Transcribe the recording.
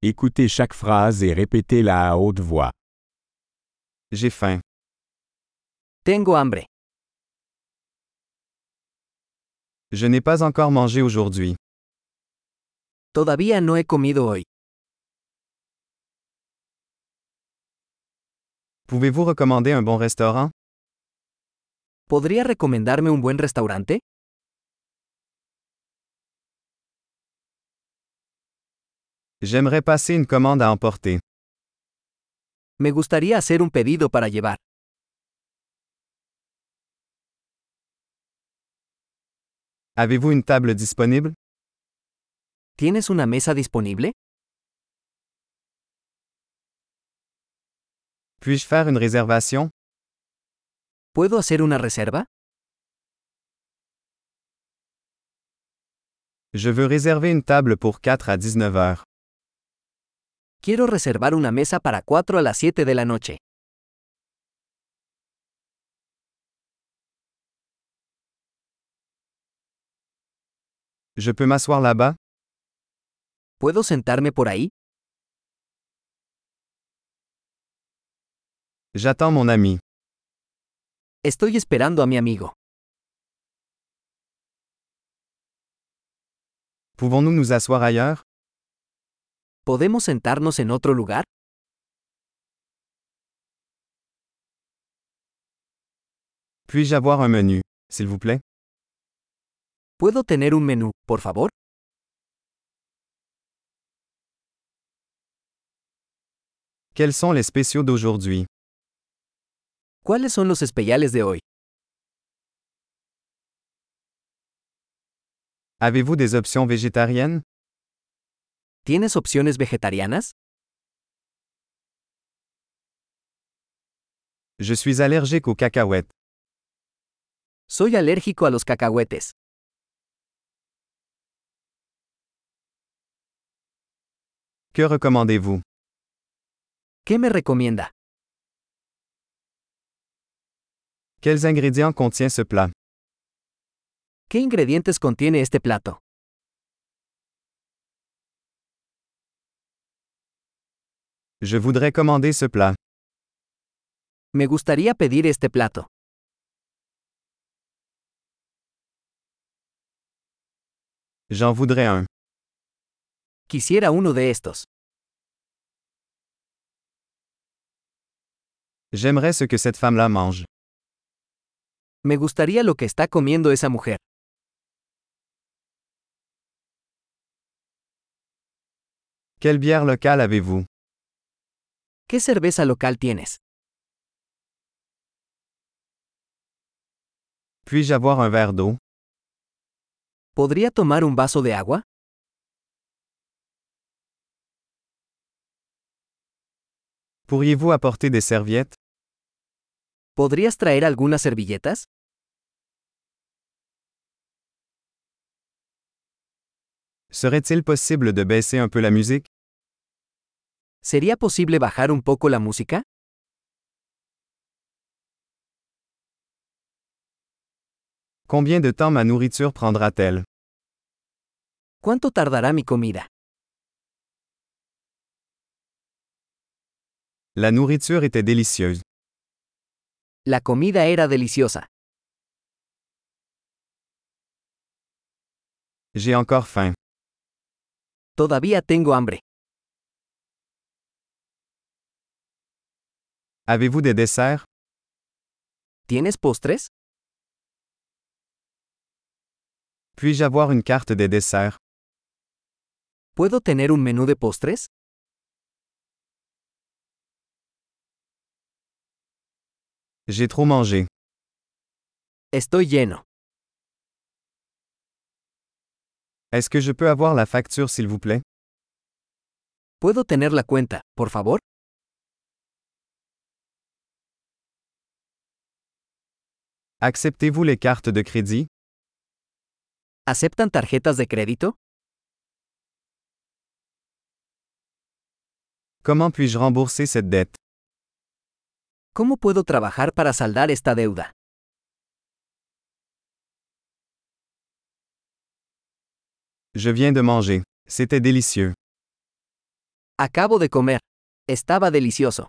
Écoutez chaque phrase et répétez-la à haute voix. J'ai faim. Tengo hambre. Je n'ai pas encore mangé aujourd'hui. Todavía no he comido hoy. Pouvez-vous recommander un bon restaurant? ¿Podría recomendarme un buen restaurante? J'aimerais passer une commande à emporter. Me gustaría hacer un pedido para llevar. Avez-vous une table disponible? ¿Tienes una mesa disponible? Puis-je faire une réservation? ¿Puedo hacer una reserva? Je veux réserver une table pour 4 à 19 heures. Quiero reservar una mesa para 4 a las 7 de la noche. Je peux m'asseoir là-bas? ¿Puedo sentarme por ahí? J'attends mon ami. Estoy esperando a mi amigo. Pouvons-nous nous asseoir ailleurs? ¿Podemos sentarnos en otro lugar? Puis-je avoir un menu, s'il vous plaît? ¿Puedo tener un menú, por favor? Quels sont les spéciaux d'aujourd'hui? ¿Cuáles son los especiales de hoy? Avez-vous des options végétariennes? ¿Tienes opciones vegetarianas? Je suis allergique aux cacahuètes. Soy alérgico a los cacahuetes. Que recommandez-vous? ¿Qué me recomienda? Quels ingrédients contient ce plat? ¿Qué ingredientes contiene este plato? Je voudrais commander ce plat. Me gustaría pedir este plato. J'en voudrais un. Quisiera uno de estos. J'aimerais ce que cette femme-là mange. Me gustaría lo que está comiendo esa mujer. Quelle bière locale avez-vous? ¿Qué cerveza local tienes? Puis-je avoir un verre d'eau? ¿Podría tomar un vaso de agua? Pourriez-vous apporter des serviettes? ¿Podrías traer algunas servilletas? Serait-il possible de baisser un peu la musique? ¿Sería posible bajar un poco la música? Combien de temps ma nourriture prendra-t-elle? ¿Cuánto tardará mi comida? La nourriture était délicieuse. La comida era deliciosa. J'ai encore faim. Todavía tengo hambre. Avez-vous des desserts? ¿Tienes postres? Puis-je avoir une carte des desserts? ¿Puedo tener un menú de postres? J'ai trop mangé. Estoy lleno. Est-ce que je peux avoir la facture, s'il vous plaît? ¿Puedo tener la cuenta, por favor? Acceptez-vous les cartes de crédit? ¿Aceptan tarjetas de crédito? Comment puis-je rembourser cette dette? ¿Cómo puedo trabajar para saldar esta deuda? Je viens de manger. C'était délicieux. Acabo de comer. Estaba delicioso.